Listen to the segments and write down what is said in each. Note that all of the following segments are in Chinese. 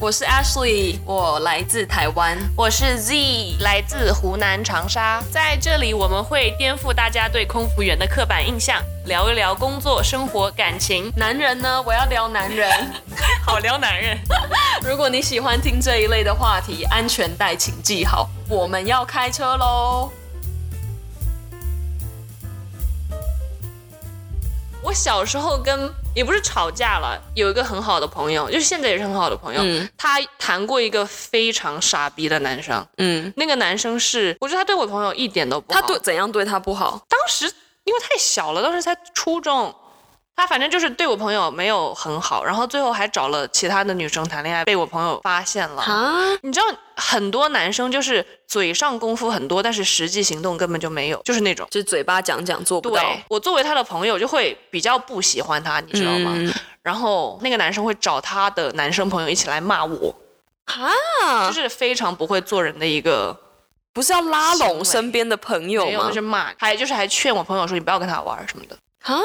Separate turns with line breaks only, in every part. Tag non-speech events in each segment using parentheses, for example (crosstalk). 我是 Ashley，我来自台湾。
我是 Z，来自湖南长沙，在这里我们会颠覆大家对空服员的刻板印象，聊一聊工作、生活、感情，
男人呢？我要聊男人。
(laughs)
(laughs)
好聊男人。
如果你喜欢听这一类的话题，安全带请系好，我们要开车喽。
我小时候跟也不是吵架了，有一个很好的朋友，就是现在也是很好的朋友，
嗯
他谈过一个非常傻逼的男生，
嗯，
那个男生是，我觉得他对我朋友一点都不好。
他对怎样对他不好？
当时因为太小了，当时才初中，他反正就是对我朋友没有很好，然后最后还找了其他的女生谈恋爱，被我朋友发现了。
啊，
你知道很多男生就是嘴上功夫很多，但是实际行动根本就没有，就是那种。
就嘴巴讲讲做不到，
对我作为他的朋友，就会比较不喜欢他，你知道吗？
嗯
然后那个男生会找他的男生朋友一起来骂我，
啊
就，是非常不会做人的一个
不是要拉
行
拢
为
身边的朋友
没有
吗
就？是骂，还就是还劝我朋友说你不要跟他玩儿什么的。
啊，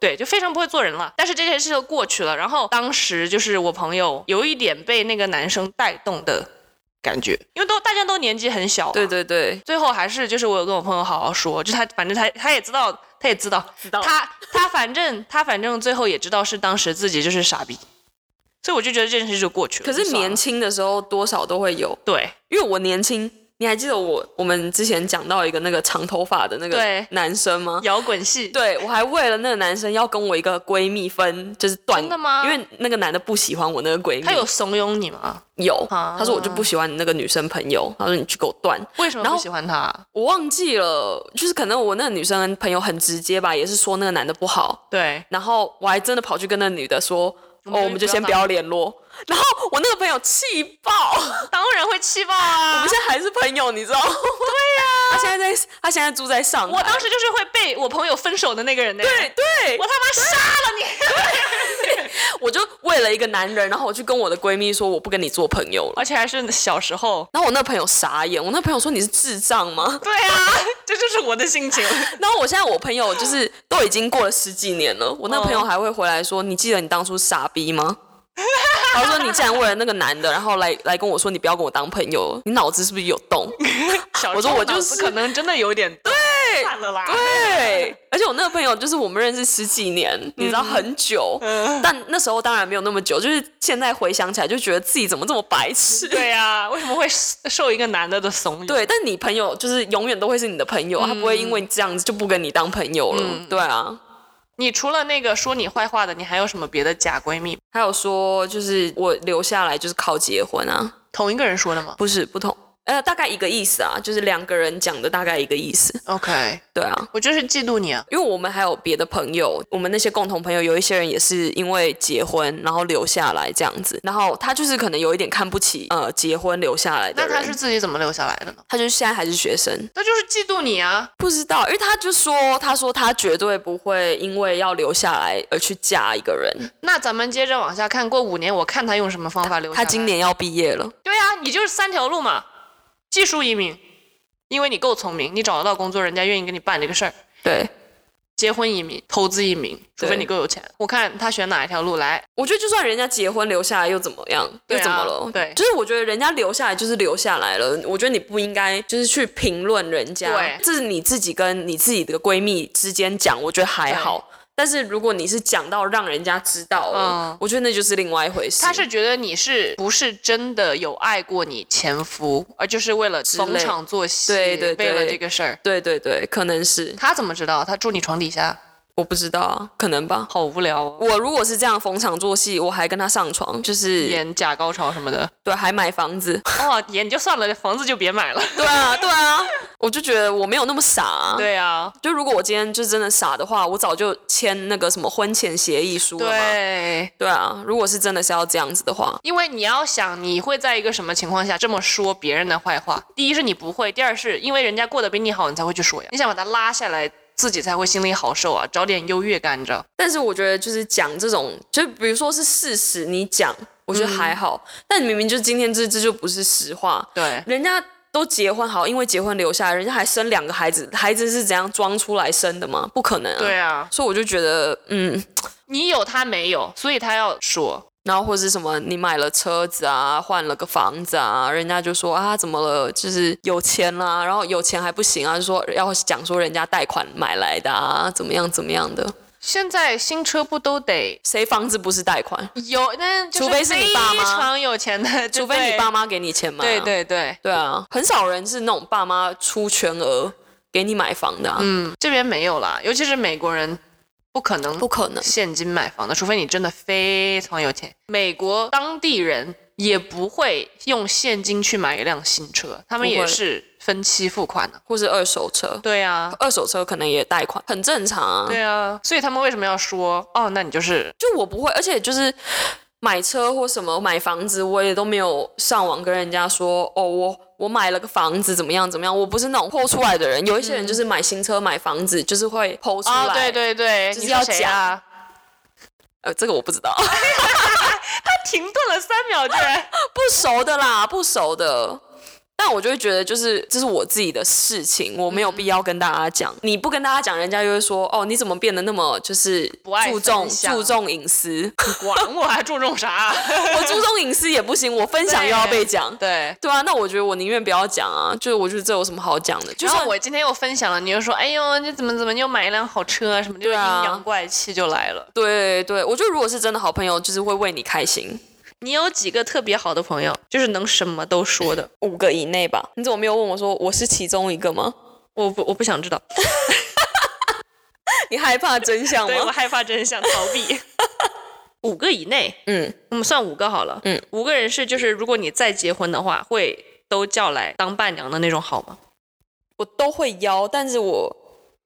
对，就非常不会做人了。但是这件事就过去了。然后当时就是我朋友有一点被那个男生带动的感觉，因为都大家都年纪很小、
对。对对，
最后还是就是我有跟我朋友好好说，就他反正他他也知道，他也知道，
道
他他反正 (laughs) 他反正最后也知道是当时自己就是傻逼，所以我就觉得这件事就过去了。
可
就是算了
年轻的时候多少都会有，
对
因为我年轻，你还记得我我们之前讲到一个那个长头发的那个
对
男生吗？
摇滚系
对，我还为了那个男生要跟我一个闺蜜分，就是断
真的吗
因为那个男的不喜欢我那个闺蜜，
他有怂恿你吗？
有，
啊
他说我就不喜欢你那个女生朋友，他说你去给我断，
为什么
然后
不喜欢他？
我忘记了，就是可能我那个女生朋友很直接吧，也是说那个男的不好，
对，
然后我还真的跑去跟那女的说，
我们
哦，
就
我们就先
不要
不要联络，然后我那个朋友气爆，
当然会气爆
我
啊
们！现在还是朋友，你知道吗？ (laughs) 对呀、他现在在，他现在住在上海，
我当时就是会被我朋友分手的那个人呢。
对对，
我他妈杀了你！
我就为了一个男人，然后我就跟我的闺蜜说我不跟你做朋友了。
而且还是小时候。
然后我那朋友傻眼，我那朋友说你是智障吗？ (laughs)
对啊， (laughs) 这就是我的心情。
然后我现在我朋友就是都已经过了十几年了，我那朋友还会回来说你记得你当初傻逼吗？ (laughs) 他说你竟然为了那个男的，然后来来跟我说你不要跟我当朋友了，你脑子是不是有洞？
小
我
时
说
候
我就
脑子
是
可能真的有点对犯了
(laughs)
啦。
对，而且我那个朋友就是我们认识十几年，你知道很久，但那时候当然没有那么久，就是现在回想起来就觉得自己怎么这么白
(laughs)
痴。
对啊，为什么会受一个男的的怂恿？
对，但你朋友就是永远都会是你的朋友，他不会因为这样子就不跟你当朋友了。对啊，
你除了那个说你坏话的，你还有什么别的假闺蜜？
还有说就是我留下来就是靠结婚啊，
同一个人说的吗
不是不同，呃，大概一个意思啊，就是两个人讲的大概一个意思。
？OK，
对啊，
我就是嫉妒你啊。
因为我们还有别的朋友，我们那些共同朋友有一些人也是因为结婚然后留下来这样子，然后他就是可能有一点看不起呃结婚留下来的
那
人。
他是自己怎么留下来的呢？
他就是现在还是学生，
那就是嫉妒你啊。
不知道，因为他就说，他说他绝对不会因为要留下来而去嫁一个人。
那咱们接着往下看，过五年我看他用什么方法留下
他
来。
今年要毕业了，
对啊，你就是三条路嘛，技术移民，因为你够聪明，你找得到工作，人家愿意跟你办这个事儿。
对
结婚移民、投资移民，除非
对
你够有钱。我看他选哪一条路来。
我觉得就算人家结婚留下来又怎么样，
对
又
啊
怎么了？
对
就是我觉得人家留下来就是留下来了，我觉得你不应该就是去评论人家，
对
这是你自己跟你自己的闺蜜之间讲，我觉得还好。但是如果你是讲到让人家知道了，
嗯
我觉得那就是另外一回事。
他是觉得你是不是真的有爱过你前夫，而就是为了逢
类
场作戏，
对对对
为了这个事儿。
对对对，可能是
他怎么知道？他住你床底下，
我不知道啊，可能吧。
好无聊哦。
我如果是这样逢场作戏，我还跟他上床，就是
演假高潮什么的，
对，还买房子，
(laughs)
(laughs)
哦，演就算了，房子就别买了。
对啊，对啊，我就觉得我没有那么傻、啊。，
(laughs) 对啊，
就如果我今天就真的傻的话，我早就签那个什么婚前协议书了嘛。
对，
对啊，如果是真的是要这样子的话，
因为你要想你会在一个什么情况下这么说别人的坏话，第一是你不会，第二是因为人家过得比你好，你才会去说呀。你想把他拉下来自己才会心里好受啊，找点优越感，你知道？
但是我觉得就是讲这种，就比如说是事实，你讲，我觉得还好。但你明明就是今天这这就不是实话，
对，
人家都结婚好，因为结婚留下来，人家还生两个孩子，孩子是怎样装出来生的吗？不可能、啊。
对。啊，
所以我就觉得，嗯，
你有他没有，所以他要说，
然后或是什么，你买了车子啊，换了个房子啊，人家就说啊，怎么了？就是有钱啦、然后有钱还不行啊，就说要讲说人家贷款买来的啊，怎么样怎么样的。
现在新车不都得
(laughs) 谁房子不是贷款？
有？那就是
除非是你爸妈
非常有钱的，就
除非你爸
对。
妈给你钱买、啊。
对对对，
对啊，很少人是那种爸妈出全额给你买房的、啊，
嗯，这边没有啦，尤其是美国人，不可能
不可能。
现金买房的，除非你真的非常有钱。美国当地人也不会用现金去买一辆新车，他们
不会
也是分期付款的、
或是二手车，
对啊，
二手车可能也贷款，很正常啊。
对啊，所以他们为什么要说哦？那你就是
就我不会，而且就是买车或什么买房子，我也都没有上网跟人家说哦，我我买了个房子怎么样怎么样。我不是那种剖出来的人，有一些人就是买新车买房子就是会剖出来。
嗯哦，对，对对，
就是
你说
要
谁啊？
呃，这个我不知道， (laughs)
他停顿了三秒，居然
不熟的啦，不熟的。但我就会觉得，就是这是我自己的事情，我
嗯
没有必要跟大家讲。你不跟大家讲，人家就会说哦，你怎么变得那么就是
不爱
注重
分享
注重隐私？ (laughs)
管我
啊
还注重啥？
我注重隐私也不行，我分享又要被讲。
对。
对啊，那我觉得我宁愿不要讲啊，就是我觉得这有什么好讲的？就
然
是
后我今天又分享了，你又说，哎呦，你怎么怎么又买一辆好车啊什么，就
对
阴
啊
阳怪气就来了。
对对，我觉得如果是真的好朋友，就是会为你开心。
你有几个特别好的朋友，就是能什么都说 (laughs) 的？
五个以内吧？你怎么没有问我说我是其中一个吗？ (laughs)
我不我不想知道，
你害怕真相
对我
吗？
害怕真相，逃避。 (laughs) 五个以内，
嗯，
我们算五个好了。
嗯，
五个人是就是，如果你再结婚的话，会都叫来当伴娘的那种好吗？
我都会邀，但是我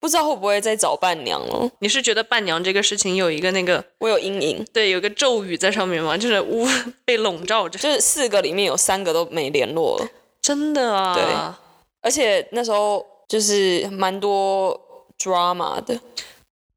不知道会不会再找伴娘了。
你是觉得伴娘这个事情有一个那个
我有阴影，
对有个咒语在上面吗？就是屋 (laughs) 被笼罩着，
就是四个里面有三个都没联络了，
真的啊。
对而且那时候就是蛮多 drama 的。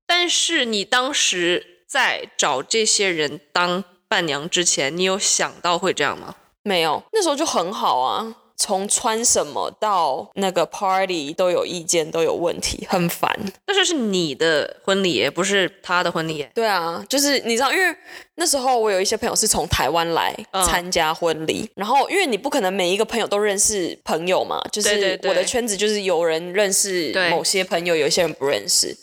但是你当时在找这些人当伴娘之前，你有想到会这样吗？
没有，那时候就很好啊。从穿什么到那个 party 都有意见，都有问题，很烦。
但是是你的婚礼，不是他的婚礼。
对啊，就是你知道，因为那时候我有一些朋友是从台湾来
嗯
参加婚礼，然后因为你不可能每一个朋友都认识朋友嘛，就
对对
是
对
我的圈子就是有人认识
对
某些朋友，有一些人不认识。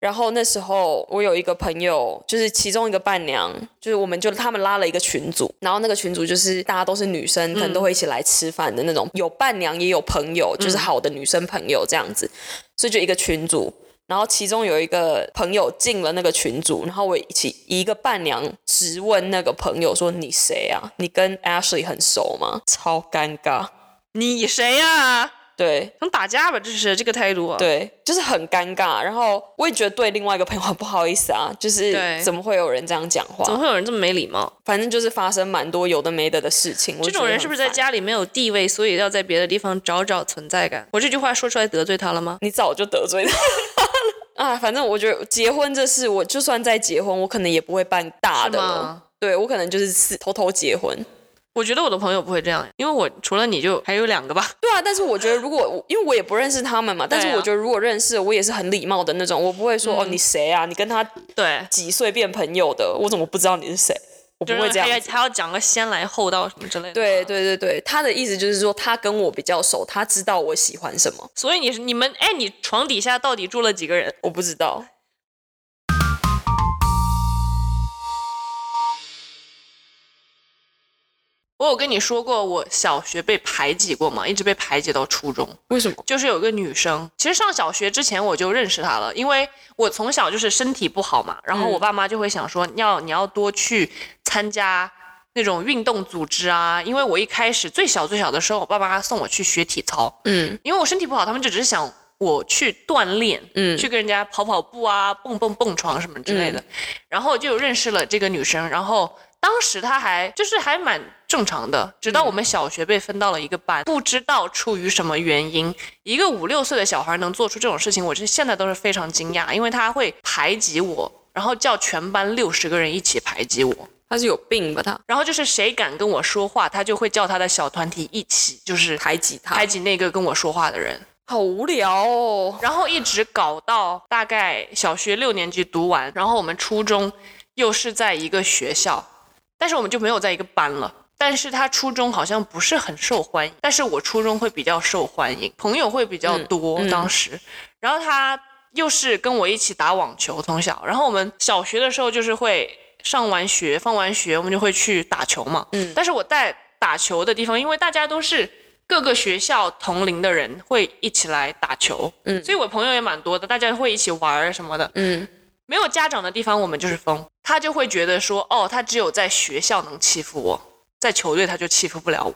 然后那时候我有一个朋友，就是其中一个伴娘，就是我们就他们拉了一个群组，然后那个群组就是大家都是女生，可能都会一起来吃饭的那种，有伴娘也有朋友，就是好的女生朋友这样子，所以就一个群组。然后其中有一个朋友进了那个群组，然后我一起一个伴娘直问那个朋友说：“你谁啊？你跟 Ashley 很熟吗？”超尴尬，
你谁呀、
对，
想打架吧？这是这个态度、啊。，
对，就是很尴尬。然后我也觉得对另外一个朋友很不好意思啊， (laughs) 就是
对
怎么会有人这样讲
怎么
话？
会有人这么没礼貌？
反正就是发生蛮多有的没的的事情。我
这
就
种
觉得
人
很
是不是在
烦？
家里没有地位，所以要在别的地方找找存在感？我这句话说出来得罪他了吗？
你早就得罪他。
(laughs)
啊，反正我觉得结婚这事，我就算再结婚，我可能也不会办大的
是吗
了。对我可能就是私偷偷结婚。
我觉得我的朋友不会这样，因为我除了你就还有两个吧。
对啊，但是我觉得如果 (laughs) 我因为我也不认识他们嘛，但是
对啊嗯
我觉得如果认识，我也是很礼貌的那种，我不会说、哦你谁啊，你跟他
对，
几岁变朋友的，我怎么不知道你是谁？我不
就是
会这样
啊还要
子
还要讲个先来后到什么之类的。
对，对对对，他的意思就是说，他跟我比较熟，他知道我喜欢什么。
所以你是你们哎，你床底下到底住了几个人？
我不知道，
我有跟你说过，我小学被排挤过吗？一直被排挤到初中。
为什么？
就是有一个女生，其实上小学之前我就认识她了，因为我从小就是身体不好嘛，然后
嗯
我爸妈就会想说，要你要多去参加那种运动组织啊，因为我一开始最小最小的时候，我爸妈送我去学体操，
嗯
因为我身体不好，他们就只是想我去锻炼，
嗯
去跟人家跑跑步啊，蹦蹦蹦床什么之类的。然后就有认识了这个女生，然后当时他还就是还蛮正常的，直到我们小学被分到了一个班，不知道出于什么原因，一个五六岁的小孩能做出这种事情，我这现在都是非常惊讶，因为他会排挤我，然后叫全班六十个人一起排挤我。
他是有病吧？他
然后就是谁敢跟我说话，他就会叫他的小团体一起，就是
排挤他，
排挤那个跟我说话的人，
好无聊哦。
然后一直搞到大概小学六年级读完，然后我们初中又是在一个学校，但是我们就没有在一个班了。但是他初中好像不是很受欢迎，但是我初中会比较受欢迎，朋友会比较多。
嗯嗯
当时，然后他又是跟我一起打网球，从小，然后我们小学的时候就是会上完学、放完学，我们就会去打球嘛。
嗯
但是我在打球的地方，因为大家都是各个学校同龄的人，会一起来打球，
嗯
所以我朋友也蛮多的，大家会一起玩儿什么的。
嗯，
没有家长的地方，我们就是疯。他就会觉得说，哦，他只有在学校能欺负我，在球队他就欺负不了我。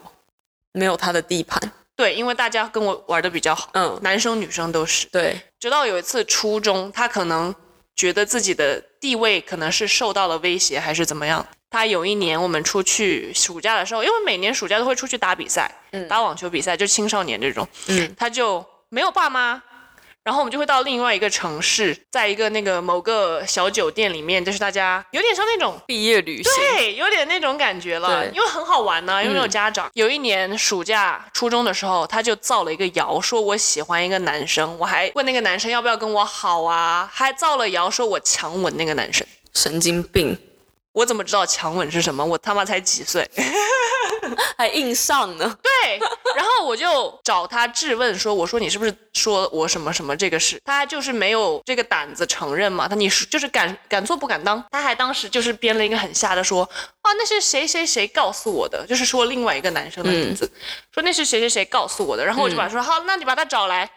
没有他的地盘。
对，因为大家跟我玩的比较好，
嗯，
男生女生都是。
对，
直到有一次初中，他可能觉得自己的地位可能是受到了威胁，还是怎么样。他有一年我们出去暑假的时候，因为每年暑假都会出去打比赛，
嗯
打网球比赛，就青少年这种，
嗯
他就没有爸妈。然后我们就会到另外一个城市，在一个那个某个小酒店里面，就是大家有点像那种
毕业旅行，
对，有点那种感觉了，
对
因为很好玩呢、因为没有家长。有一年暑假初中的时候，他就造了一个谣，说我喜欢一个男生，我还问那个男生要不要跟我好啊，还造了谣说我强吻那个男生。
神经病，
我怎么知道强吻是什么？我他妈才几岁。
还硬上呢。
对，然后我就找他质问说：“我说你是不是说我什么什么这个事？”他就是没有这个胆子承认嘛，他你是就是敢敢做不敢当。他还当时就是编了一个很瞎的说：“啊，那是谁谁谁告诉我的，就是说另外一个男生
嗯
的名字，说那是谁谁谁告诉我的。”然后我就把他说：“好，那你把他找来。”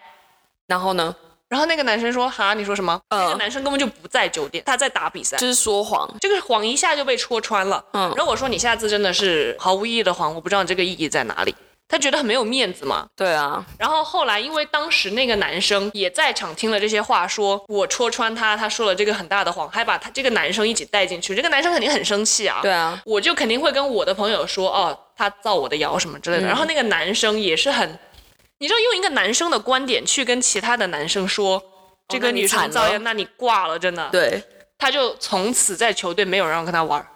然后呢，
然后那个男生说：“哈，你说什么？”
嗯
那个男生根本就不在酒店，他在打比赛。
就是说谎。
这个谎一下就被戳穿了。
嗯
然后我说你下次真的是毫无意义的谎，我不知道你这个意义在哪里。他觉得很没有面子嘛。
对啊，
然后后来因为当时那个男生也在场听了这些话说，我戳穿他，他说了这个很大的谎，还把他这个男生一起带进去。这个男生肯定很生气啊。
对。啊，
我就肯定会跟我的朋友说，哦，他造我的谣什么之类的。然后那个男生也是很，你知道，用一个男生的观点去跟其他的男生说，这个
那你
女生
惨
造
了
谣，哦那你挂了，真的。
对，
他就从此在球队没有人要跟他玩儿，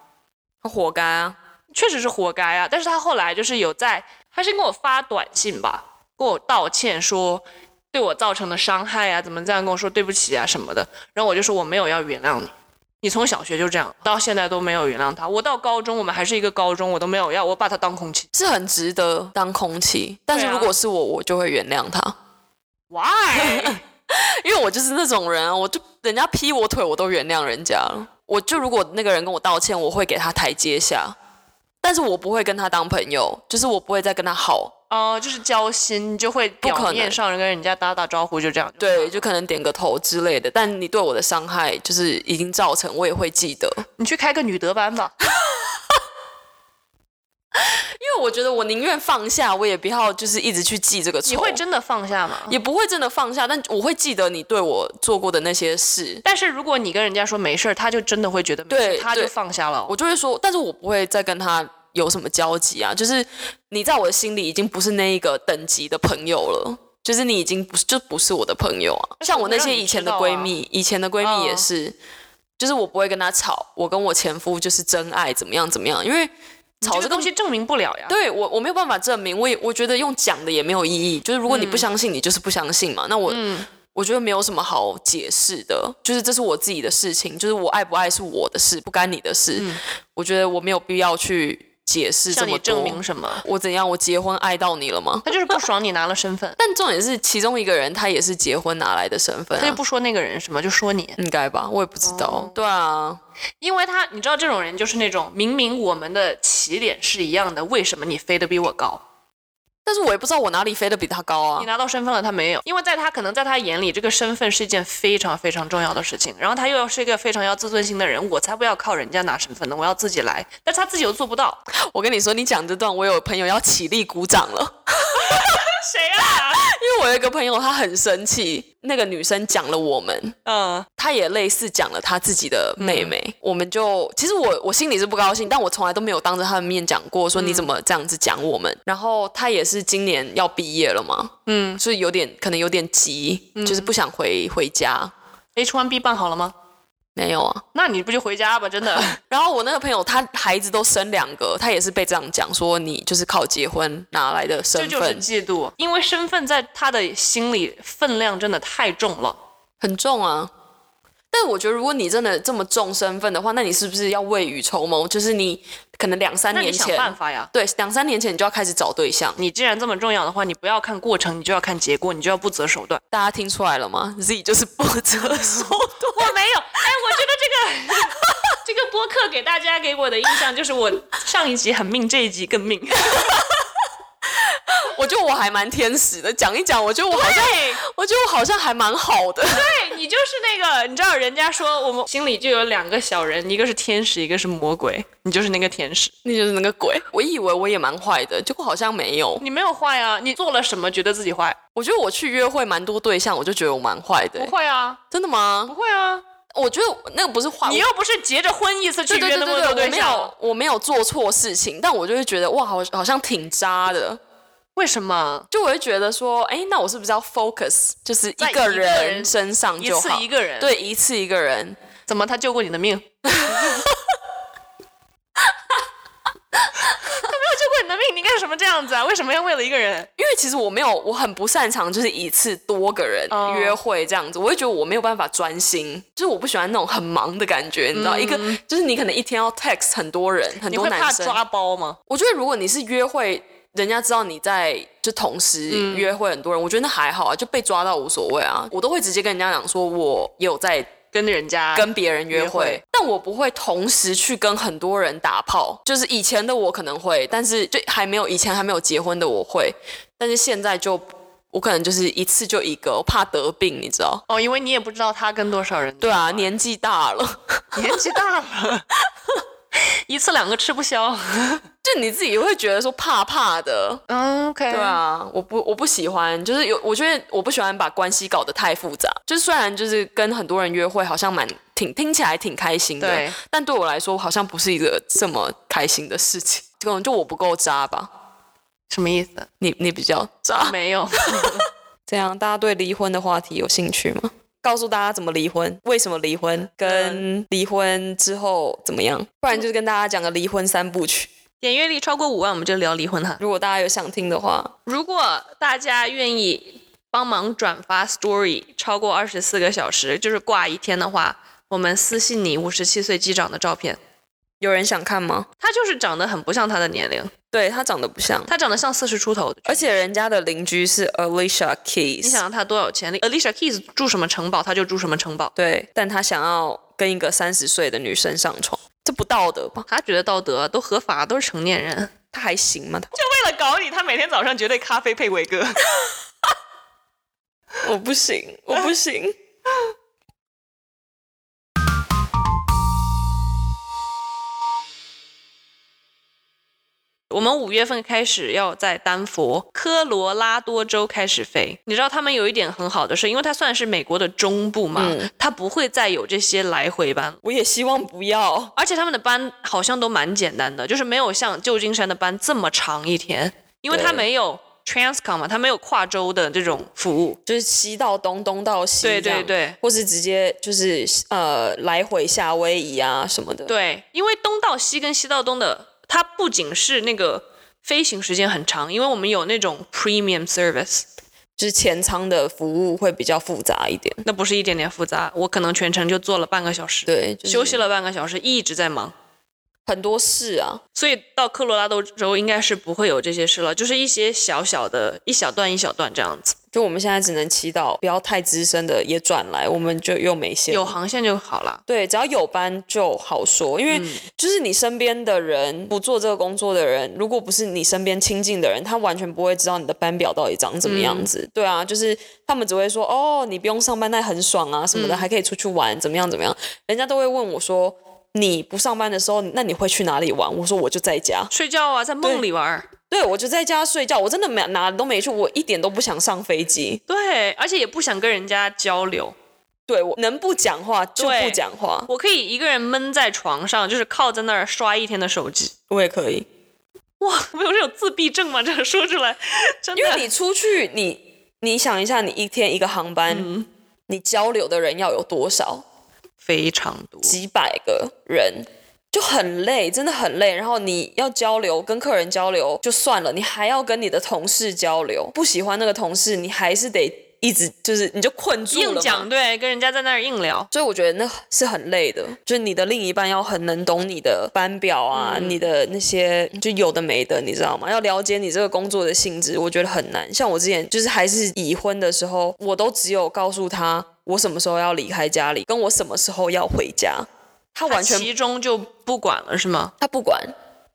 他活该啊。
确实是活该啊。但是他后来就是有在，他先给我发短信吧，跟我道歉说对我造成的伤害啊，怎么这样跟我说对不起啊什么的。然后我就说我没有要原谅你，你从小学就这样，到现在都没有原谅他。我到高中，我们还是一个高中，我都没有要，我把他当空气。
是很值得当空气，但是
对啊
如果是我，我就会原谅他，
Why？
因为我就是那种人啊，我就人家劈我腿，我都原谅人家了。我就如果那个人跟我道歉，我会给他台阶下，但是我不会跟他当朋友，就是我不会再跟他好，
(laughs) 哦、就是交心，你就会
可
表
能
面上跟人家打打招呼，就这样。
对，就可能点个头之类的。但你对我的伤害就是已经造成，我也会记得，
你去开个女德班吧。
因为我觉得我宁愿放下，我也不要就是一直去记这个仇。
你会真的放下吗？
也不会真的放下，但我会记得你对我做过的那些事，
但是如果你跟人家说没事儿，他就真的会觉得没事，
对
他就
对
放下了。哦
我就会说，但是我不会再跟他有什么交集啊。就是你在我的心里已经不是那一个等级的朋友了，就是你已经不是就不是我的朋友啊。
但是
像
我
我
会
那
让
些
你
以前
知
的
道
闺
啊
蜜，以前的闺蜜也
嗯
是，就是我不会跟她吵，我跟我前夫就是真爱，怎么样怎么样，因为吵
这
这
个
个
东西证明不了呀。
对我，我没有办法证明，我也我觉得用讲的也没有意义。就是如果
嗯
你不相信，你就是不相信嘛。那我、我觉得没有什么好解释的，就是这是我自己的事情，就是我爱不爱是我的事，不干你的事。我觉得我没有必要去解释这
嗯向
么
你
多。
证明什么？
我怎样？我结婚爱到你了吗？，
他就是不爽你拿了 (laughs) 身份
但重点是，其中一个人他也是结婚拿来的身份、
他就
啊，
不哦说那个人什么，就说你，
应该吧？我也不知道。对啊，
因为他你知道这种人就是那种明明我们的起点是一样的，为什么你飞得比我高？
但是我也不知道我哪里飞得比他高啊
你。拿到身份了，他没有，因为在他可能在他眼里，这个身份是一件非常非常重要的事情。然后他又要是一个非常要自尊心的人，我才不要靠人家拿身份呢，我要自己来。但是他自己又做不到，
我跟你说，你讲这段，我有朋友要起立鼓掌了。
谁啊？
因为我有一个朋友，他很生气，那个女生讲了我们，
嗯，
她也类似讲了她自己的妹妹，我们就其实我我心里是不高兴，但我从来都没有当着她的面讲过，说你怎么这样子讲我们。然后她也是今年要毕业了嘛，
嗯
所以有点可能有点急，就是不想回回家。
，H1B 办好了吗？
没有啊，
那你不就回家吧？真 (laughs) 的，
然后我那个朋友，他孩子都生两个，他也是被这样讲说你就是靠结婚哪来的身
这
份，
就是嫉妒，因为身份在他的心里分量真的太重了。
很重啊。但我觉得，如果你真的这么重身份的话，那你是不是要未雨绸缪？就是你可能两三
那
年
你想
前，
办法呀。
对，两三年前你就要开始找对象。
你既然这么重要的话，你不要看过程，你就要看结果，你就要不择手段。
大家听出来了吗？Z 就是不择手段。
(laughs) 我没有，哎，我觉得这个 (laughs) 这个播客给大家给我的印象就是我上一集很命，这一集更命。
我觉得我还蛮天使的，讲一讲，我觉得我好像，
(laughs) 对，
我觉得我好像还蛮好
(laughs)
的。
对你就是那个，你知道人家说我们心里就有两个小人，一个是天使，一个是魔鬼，你就是那个天使。
那就是那个鬼，我以为我也蛮坏的，结果好像没有。
你没有坏啊，你做了什么觉得自己坏？
我觉得我去约会蛮多对象，我就觉得我蛮坏的、欸
不会啊，
真的吗
不？会啊，
我觉得那个不是坏，
你
我
又不是结着婚一次去
对对
约
对
那
对
么多
对，我
对
没
象
有，我没有做错事情，但我就会觉得哇，好好像挺渣的，
为什么
就我会觉得说，哎，那我是不是要 focus 就是
在
一
一个
人
人
身上
一
就
次
好？
一个人？，
对，一次一个人，
怎么他救过你的命？ (laughs) 他没有救过你的命，你干什么这样子啊？为什么要为了一个人？
因为其实我没有，我很不擅长就是一次多个人
哦
约会这样子，我会觉得我没有办法专心，就是我不喜欢那种很忙的感觉，你知道，一个就是你可能一天要 text 很多人，很
嗯你
多
会怕
男生，
抓包吗？
我觉得如果你是约会，人家知道你在就同时约会很多人，我觉得那还好啊，就被抓到无所谓啊。我都会直接跟人家讲说，我也有在
跟人家
跟别哎人约会，
约会
但我不会同时去跟很多人打炮。就是以前的我可能会，但是就还没有以前还没有结婚的我会，但是现在就我可能就是一次就一个，我怕得病，你知道。
哦，因为你也不知道他跟多少人。
对啊，年纪大了， (laughs)
年纪大 (laughs) 了，一次两个吃不消。
就你自己会觉得说怕怕的，
嗯，OK，
对啊，我不我不喜欢，就是有我觉得我不喜欢把关系搞得太复杂。就是虽然就是跟很多人约会，好像蛮挺听起来挺开心的
对，
但对我来说好像不是一个这么开心的事情。可能就我不够渣吧，
什么意思？
你你比较渣。
没有，
这样大家对离婚的话题有兴趣吗？告诉大家怎么离婚，为什么离婚，跟离婚之后怎么样？不然就是跟大家讲个离婚三部曲。
(laughs) 点阅率超过五万，我们就聊离婚哈。
如果大家有想听的话，
如果大家愿意帮忙转发 Story 超过二十四个小时，就是挂一天的话，我们私信你五十七岁机长的照片。
有人想看吗？
他就是长得很不像他的年龄，
对他长得不像。
他长得像四十出头的。
而且人家的邻居是 Alicia
你
Keys，
想想他多有潜力，Alicia Keys 住什么城堡，他就住什么城堡。
对，但他想要跟一个三十岁的女生上床，这不道德吧？
他觉得道德都合法，都是成年人。
他还行吗？他
为了搞你，他每天早上绝对咖啡配伟哥。
我不行，我不行。
我们五月份开始要在丹佛科罗拉多州开始飞。你知道他们有一点很好的是，因为它算是美国的中部嘛，
嗯
它不会再有这些来回班。
(laughs) 我也希望不要。
而且他们的班好像都蛮简单的，就是没有像旧金山的班这么长一天，因为它
对
没有 transcon 嘛，它没有跨州的这种服务。
就是西到东，东到西，
对对
这样
对
或是直接就是呃来回夏威夷啊什么的。，
对，因为东到西跟西到东的，它不仅是那个飞行时间很长，因为我们有那种 premium service，
就是前舱的服务会比较复杂一点。
那不是一点点复杂，我可能全程就坐了半个小时，
对，就是
休息了半个小时，一直在忙。
很多事啊。
所以到科罗拉多州应该是不会有这些事了，就是一些小小的一小段一小段这样子，
就我们现在只能祈祷，不要太资深的也转来，我们就又没线了
有航线就好了。
对，只要有班就好说，因为就是你身边的人不做这个工作的人，如果不是你身边亲近的人，他完全不会知道你的班表到底长怎么样子。对啊，就是他们只会说哦，你不用上班，那很爽啊什么的，还可以出去玩，怎么样怎么样。人家都会问我说，你不上班的时候，那你会去哪里玩？我说我就在家。
睡觉啊，在梦里玩儿，
对我就在家睡觉，我真的没哪里都没去，我一点都不想上飞机。
对，而且也不想跟人家交流。
对我能不讲话就不
对
讲话，
我可以一个人闷在床上，就是靠在那儿刷一天的手机。
我也可以，
哇，没有这种自闭症吗？这个说出来，真的。
因为你出去，你你想一下，你一天一个航班，你交流的人要有多少？
非常多，
几百个人。就很累，真的很累。然后你要交流，跟客人交流就算了，你还要跟你的同事交流。不喜欢那个同事，你还是得一直就是你就困住了
硬
嘛。
讲对，跟人家在那儿硬聊。
所以我觉得那是很累的，就是你的另一半要很能懂你的班表啊，你的那些就有的没的，你知道吗？要了解你这个工作的性质，我觉得很难。像我之前就是还是已婚的时候，我都只有告诉他我什么时候要离开家里，跟我什么时候要回家，他完全
其中就不管了是吗？
他不管，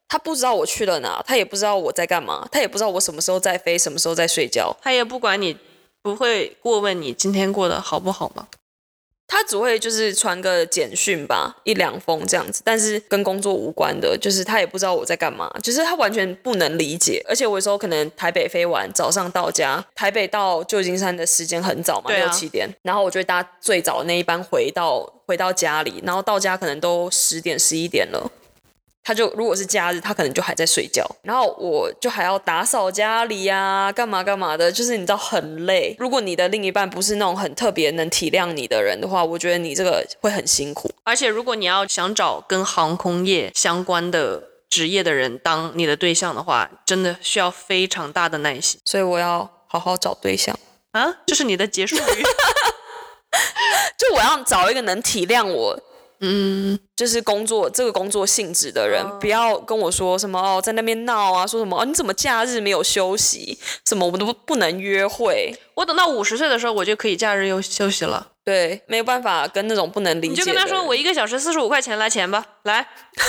他不知道我去了哪，他也不知道我在干嘛，他也不知道我什么时候在飞，什么时候在睡觉，
他也不管你，不会过问你今天过得好不好吗？
他只会就是传个简讯吧，一两封这样子，但是跟工作无关的，就是他也不知道我在干嘛，就是他完全不能理解。而且我有时候可能台北飞完，早上到家，台北到旧金山的时间很早嘛，
对啊
六七点，然后我就会搭最早那一班回到回到家里，然后到家可能都十点十一点了。他就如果是假日，他可能就还在睡觉，然后我就还要打扫家里呀、干嘛干嘛的，就是你知道很累。如果你的另一半不是那种很特别能体谅你的人的话，我觉得你这个会很辛苦。
而且如果你要想找跟航空业相关的职业的人当你的对象的话，真的需要非常大的耐心
所以我要好好找对象，
啊！这是你的结束
(laughs)
语。
就我要找一个能体谅我。嗯，就是工作这个工作性质的人，
嗯
不要跟我说什么哦，在那边闹啊，说什么哦，你怎么假日没有休息？什么我们都不不能约会，
我等到五十岁的时候，我就可以假日休休息了。
对，没有办法跟那种不能理解
你
的
就
人。
跟他说，我一个小时四十五块钱来钱吧，来。 (laughs)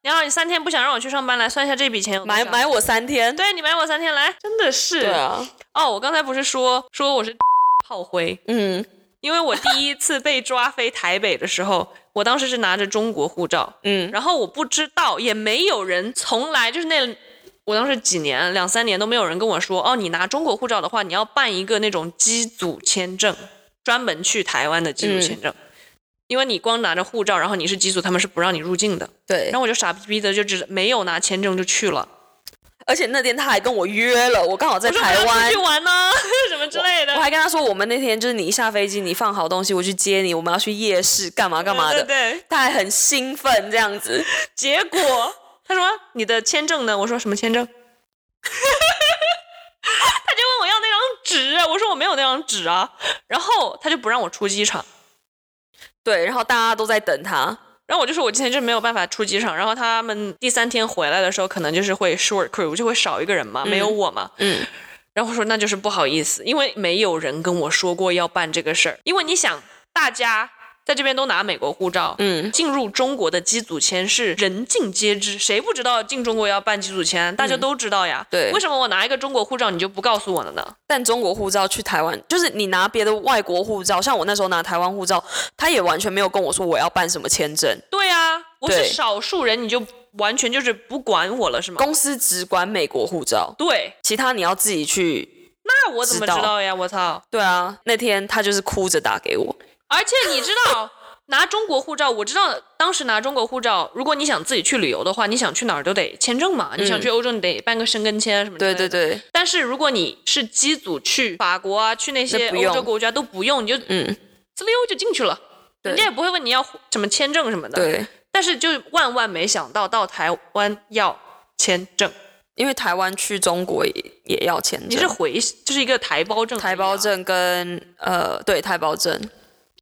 然后你三天不想让我去上班，来算一下这笔钱有多
买
少，
买我三天，
对你买我三天来，真的是。
对啊，
哦，我刚才不是说说我是 (laughs) 炮灰，
嗯
因为我第一次被抓飞台北的时候，我当时是拿着中国护照，
嗯，
然后我不知道，也没有人从来就是那，我当时几年两三年都没有人跟我说，哦，你拿中国护照的话，你要办一个那种机组签证，专门去台湾的机
嗯
组签证，因为你光拿着护照，然后你是机组，他们是不让你入境的。
对
然。后我就傻逼逼的就只没有拿签证就去了，
而且那天他还跟我约了，我刚好在
我说我
台
要出
湾
去。玩呢、 (laughs) 什么之类的。
我还跟他说，我们那天就是你一下飞机，你放好东西，我去接你，我们要去夜市干嘛干嘛的。
对对对，
他还很兴奋这样子，
结果他说你的签证呢？我说什么签证？ (laughs) 他就问我要那张纸，我说我没有那张纸啊。然后他就不让我出机场，
对，然后大家都在等他，
然后我就说我今天就没有办法出机场。然后他们第三天回来的时候，可能就是会 short crew，就会少一个人嘛，没有我嘛。
嗯，
然后我说那就是不好意思，因为没有人跟我说过要办这个事儿。因为你想，大家在这边都拿美国护照，
嗯
进入中国的机组签是人尽皆知，谁不知道进中国要办机组签？大家都知道呀。
嗯对
为什么我拿一个中国护照你就不告诉我了呢？
但中国护照去台湾，就是你拿别的外国护照，像我那时候拿台湾护照，他也完全没有跟我说我要办什么签证，
对呀，我是
对
少数人，你就完全就是不管我了是吗？
公司只管美国护照，
对，
其他你要自己去。
那我怎么
知道
知道呀？我操！
对啊，那天他就是哭着打给我，
而且你知道，拿中国护照，我知道当时拿中国护照，如果你想自己去旅游的话，你想去哪儿都得签证嘛。你想去欧洲，你得办个申根签什么之类
对
的。
嗯对对，
但是如果你是机组去法国啊，去那些
那不
欧
用
洲国家都不用，你就
嗯，
滋溜就进去了，
对
人家也不会问你要什么签证什么的。，
对，
但是就万万没想到到台湾要签证，
因为台湾去中国也也要签证，
你是回就是一个台胞证，
台胞，证跟呃对台胞证，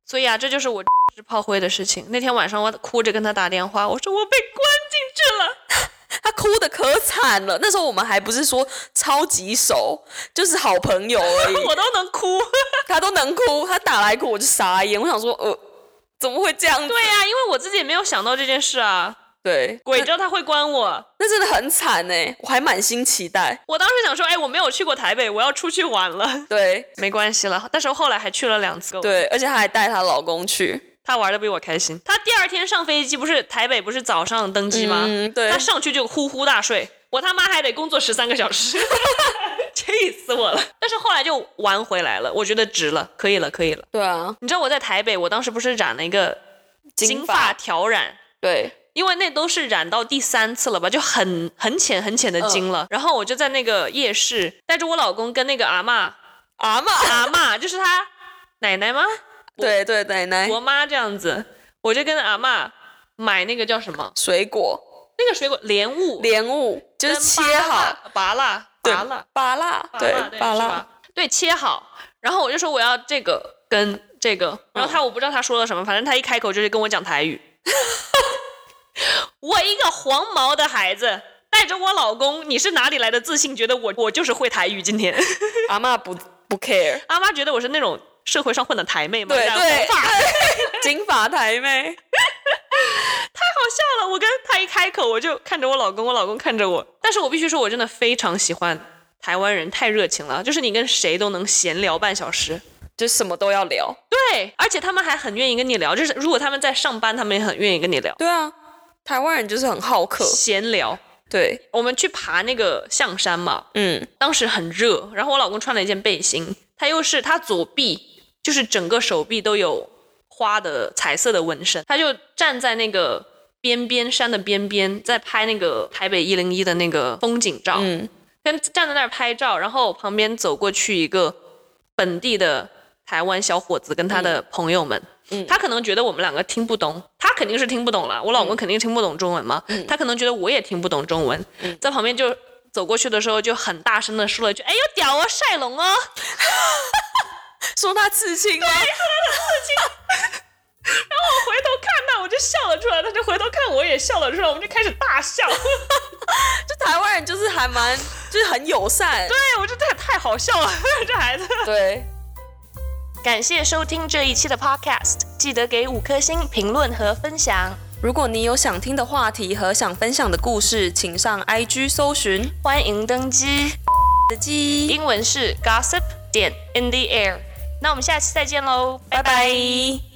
所以啊，这就是我 (laughs) 是炮灰的事情。那天晚上我哭着跟他打电话，我说我被关进去了。
他哭的可惨了。那时候我们还不是说超级熟，就是好朋友而已，
我都能哭。 (laughs)
他都能哭，他打来哭我就傻眼，我想说呃怎么会这样子？
对呀、因为我自己也没有想到这件事啊，
对，
鬼知
那
道他会关我。
那真的很惨哎，我还满心期待。
我当时想说，哎，我没有去过台北，我要出去玩了。 (laughs)
对
没关系了，但是后来还去了两次。，
对，而且她还带她老公去，
他玩的比我开心。他第二天上飞机，不是台北不是早上登机吗？
嗯对
他上去就呼呼大睡，我他妈还得工作十三个
(laughs)
小时，气死我了。但是后来就玩回来了，我觉得值了，可以了，可以了。
对啊，
你知道我在台北，我当时不是染了一个金发挑染，
对，
因为那都是染到第三次了吧，就很很浅很浅的金
嗯
了。然后我就在那个夜市，带着我老公跟那个阿嬷，
(laughs) 阿妈，
阿嬷就是他奶奶吗？
对对奶奶，
我妈这样子，我就跟阿嬷买那个叫什么？
水果
那个水果莲雾，
莲雾就是切好，
跟芭乐，
对
拔了，
芭辣，
拔
对
了，
芭
是
辣，
吧对，切好。然后我就说我要这个跟这个，然后他
嗯
我不知道他说了什么，反正他一开口就是跟我讲台语。 (laughs) 我一个黄毛的孩子，带着我老公，你是哪里来的自信？觉得我我就是会台语？今天 (laughs)
阿妈不不 (laughs) care，
阿妈觉得我是那种社会上混的台妹嘛，
对
染
对
红发 (laughs)
金发台妹，
笑了，我跟他一开口，我就看着我老公，我老公看着我。但是我必须说，我真的非常喜欢台湾人，太热情了，就是你跟谁都能闲聊半小时。
就什么都要聊。
对，而且他们还很愿意跟你聊，就是如果他们在上班，他们也很愿意跟你聊
对啊，台湾人就是很好客，
闲聊。
对，
我们去爬那个象山嘛，
嗯，
当时很热，然后我老公穿了一件背心，他又是他左臂就是整个手臂都有花的彩色的纹身，他就站在那个边边山的边边，在拍那个台北一零一的那个风景照，
嗯，
跟站在那儿拍照，然后旁边走过去一个本地的台湾小伙子跟他的朋友们。
嗯
他可能觉得我们两个听不懂，他肯定是听不懂了。我老公肯定听不懂中文嘛，他可能觉得我也听不懂中文，在旁边就走过去的时候就很大声的说了一句：“哎呦屌哦，晒龙哦！”
说他刺青啊吗？
回头看他，我就笑了出来，他就回头看我也笑了出来，我们就开始大 (laughs) 笑。对，
就台湾人就是还蛮，就是很友 (laughs) 善，
我觉得这太好笑了，这孩子。
对，
感谢收听这一期的 Podcast，记得给五颗星评论和分享。
如果你有想听的话题和想分享的故事，请上 IG 搜寻
欢迎登机，
的鸡，
英文是 gossip 点 in the air。那我们下期再见喽，拜拜